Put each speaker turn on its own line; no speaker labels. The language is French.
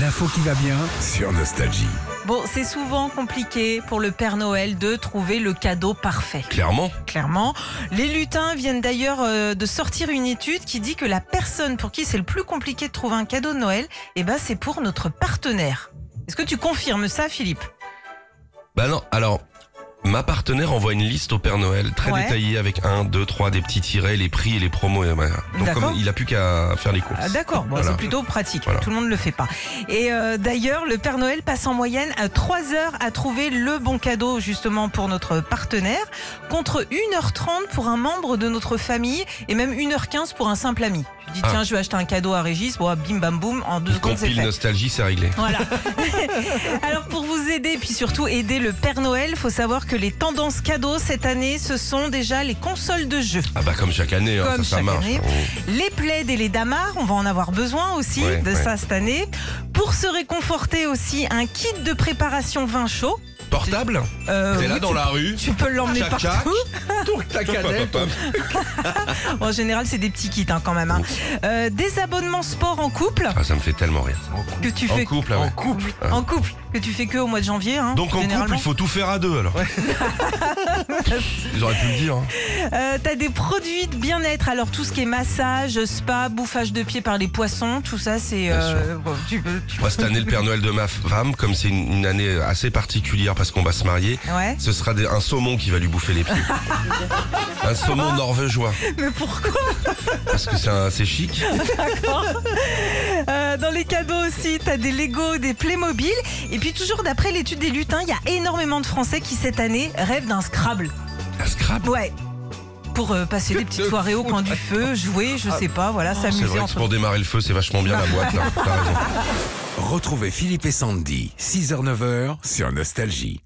L'info qui va bien sur Nostalgie.
Bon, c'est souvent compliqué pour le Père Noël de trouver le cadeau parfait.
Clairement.
Clairement, les lutins viennent d'ailleurs euh, de sortir une étude qui dit que la personne pour qui c'est le plus compliqué de trouver un cadeau de Noël, eh ben c'est pour notre partenaire. Est-ce que tu confirmes ça, Philippe
Bah non, alors, ma partenaire envoie une liste au Père Noël très
Ouais.
détaillée avec 1, 2, 3, des petits tirets, les prix et les promos. Et voilà. Donc
D'accord.
comme il a plus qu'à faire les courses.
Ah, D'accord, bon,
Voilà.
c'est plutôt pratique,
Voilà.
tout le monde ne le fait pas. Et euh, d'ailleurs, le Père Noël passe en moyenne à 3 heures à trouver le bon cadeau justement pour notre partenaire, contre 1h30 pour un membre de notre famille et même 1h15 pour un simple ami. Tu dis,
Ah.
tiens, je vais acheter un cadeau à Régis, bon, bim bam boum, en deux
Il
secondes c'est
compile
fait.
nostalgie, c'est réglé.
Voilà. Alors pour vous aider, puis surtout aider le Père Noël, faut savoir que les tendances cadeaux cette année, ce sont déjà les consoles de jeux.
Ah bah comme chaque année, hein,
Comme
ça, ça
chaque
marche. hein.
année. Les plaids et les damars, on va en avoir besoin aussi
Ouais,
de
ouais.
ça cette année. Pour se réconforter aussi, un kit de préparation vin chaud.
Oh. Portable
Euh,
T'es là
oui,
dans
tu,
la rue
tu peux l'emmener
Tchac, tchac.
partout.
Donc ta
canette, ton-
En général, c'est des petits kits hein, quand même. hein.
Oh.
Euh, des abonnements sport en couple
Ah ça me fait tellement rire.
que tu
En
fais
couple, ah ouais.
couple.
couple.
en couple que tu fais que au mois de janvier. hein,
Donc en couple,
généralement.
il faut tout faire à deux alors. Ils auraient pu le dire. hein.
Euh, T'as des produits de bien-être. Alors tout ce qui est massage, spa, bouffage de pieds par les poissons, tout ça, c'est. euh,
Bien
bon, tu peux- tu-
Moi cette année, le Père Noël de ma femme, comme c'est une une année assez particulière parce qu'on va se marier,
Ouais.
ce sera des- un saumon qui va lui bouffer les pieds. un saumon norvégeois.
Mais pourquoi
Parce que c'est un- c'est chic.
Euh, dans les cadeaux aussi, t'as des Lego, des Playmobil. Et puis toujours d'après l'étude des lutins, il y a énormément de Français qui cette année rêvent d'un Scrabble.
Un scrap.
Ouais. Pour euh, passer des petites
de
soirées au coin du feu, jouer, je sais pas, voilà,
Ah. C'est
s'amuser
vrai que
entre
pour démarrer le feu, c'est vachement bien la boîte. Là. T'as raison.
Retrouvez Philippe et Sandy, 6h-9h sur Nostalgie.